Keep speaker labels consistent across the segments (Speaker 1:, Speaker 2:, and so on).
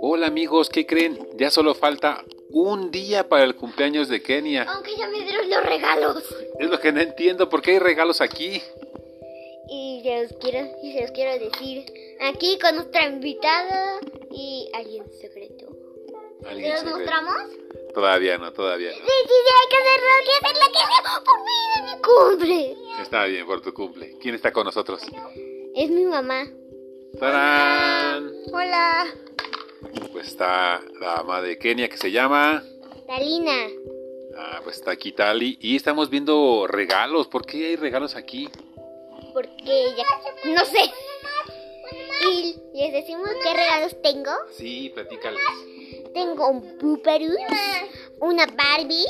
Speaker 1: Hola amigos, ¿qué creen? Ya solo falta un día para el cumpleaños de Kenia.
Speaker 2: Aunque ya me dieron los regalos.
Speaker 1: Es lo que no entiendo, ¿por qué hay regalos aquí?
Speaker 2: Y se los quiero, y se los quiero decir aquí con nuestra invitada y alguien secreto. ¿Se
Speaker 1: Alguien
Speaker 2: los
Speaker 1: se cree.
Speaker 2: mostramos?
Speaker 1: Todavía no, todavía
Speaker 2: Sí, sí, sí, hay que hacerlo, hay que hacerlo, hay que hacerlo por mí de mi cumple.
Speaker 1: no. Está bien, por tu cumple. ¿Quién está con nosotros?
Speaker 2: Es mi mamá.
Speaker 1: ¡Tarán!
Speaker 2: Hola.
Speaker 1: Pues está la mamá de Kenia que se llama...
Speaker 2: Dalina.
Speaker 1: Ah, pues está aquí Tali. Y estamos viendo regalos. ¿Por qué hay regalos aquí?
Speaker 2: Porque ella... No sé. Y les decimos qué regalos tengo.
Speaker 1: Sí, platícales.
Speaker 2: Tengo un Pooperus, una Barbie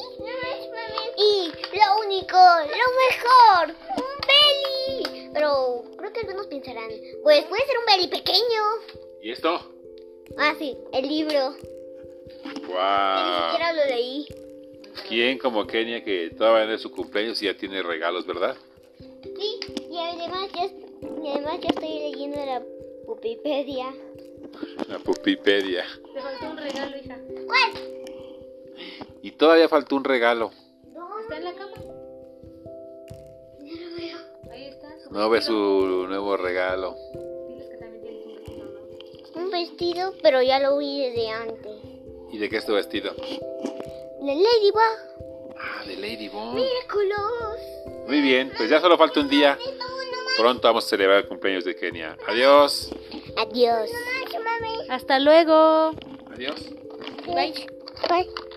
Speaker 2: y lo único, lo mejor, un Belly. Pero creo que algunos pensarán, pues puede ser un Belly pequeño.
Speaker 1: ¿Y esto?
Speaker 2: Ah, sí, el libro. Ni
Speaker 1: ¡Wow!
Speaker 2: siquiera lo leí.
Speaker 1: ¿Quién como Kenia que todavía no es su cumpleaños y ya tiene regalos, verdad?
Speaker 2: Sí, y además ya, y además ya estoy leyendo la Pupipedia.
Speaker 1: La pupipedia.
Speaker 3: Te faltó un regalo, hija.
Speaker 2: ¿Cuál?
Speaker 1: Y todavía faltó un regalo.
Speaker 3: ¿Está en la cama? Ahí está. su
Speaker 1: No ve su nuevo regalo.
Speaker 3: vestido. Diles que también tienes un vestido, ¿no?
Speaker 2: Un vestido, pero ya lo vi desde antes.
Speaker 1: ¿Y de qué es tu vestido?
Speaker 2: La Ladybug.
Speaker 1: Ah, de Ladybug.
Speaker 2: Miraculos.
Speaker 1: Muy bien, pues ya solo falta un día. Pronto vamos a celebrar el cumpleaños de Kenia. Adiós.
Speaker 2: Adiós.
Speaker 3: Hasta luego.
Speaker 1: Adiós.
Speaker 2: Bye. Bye.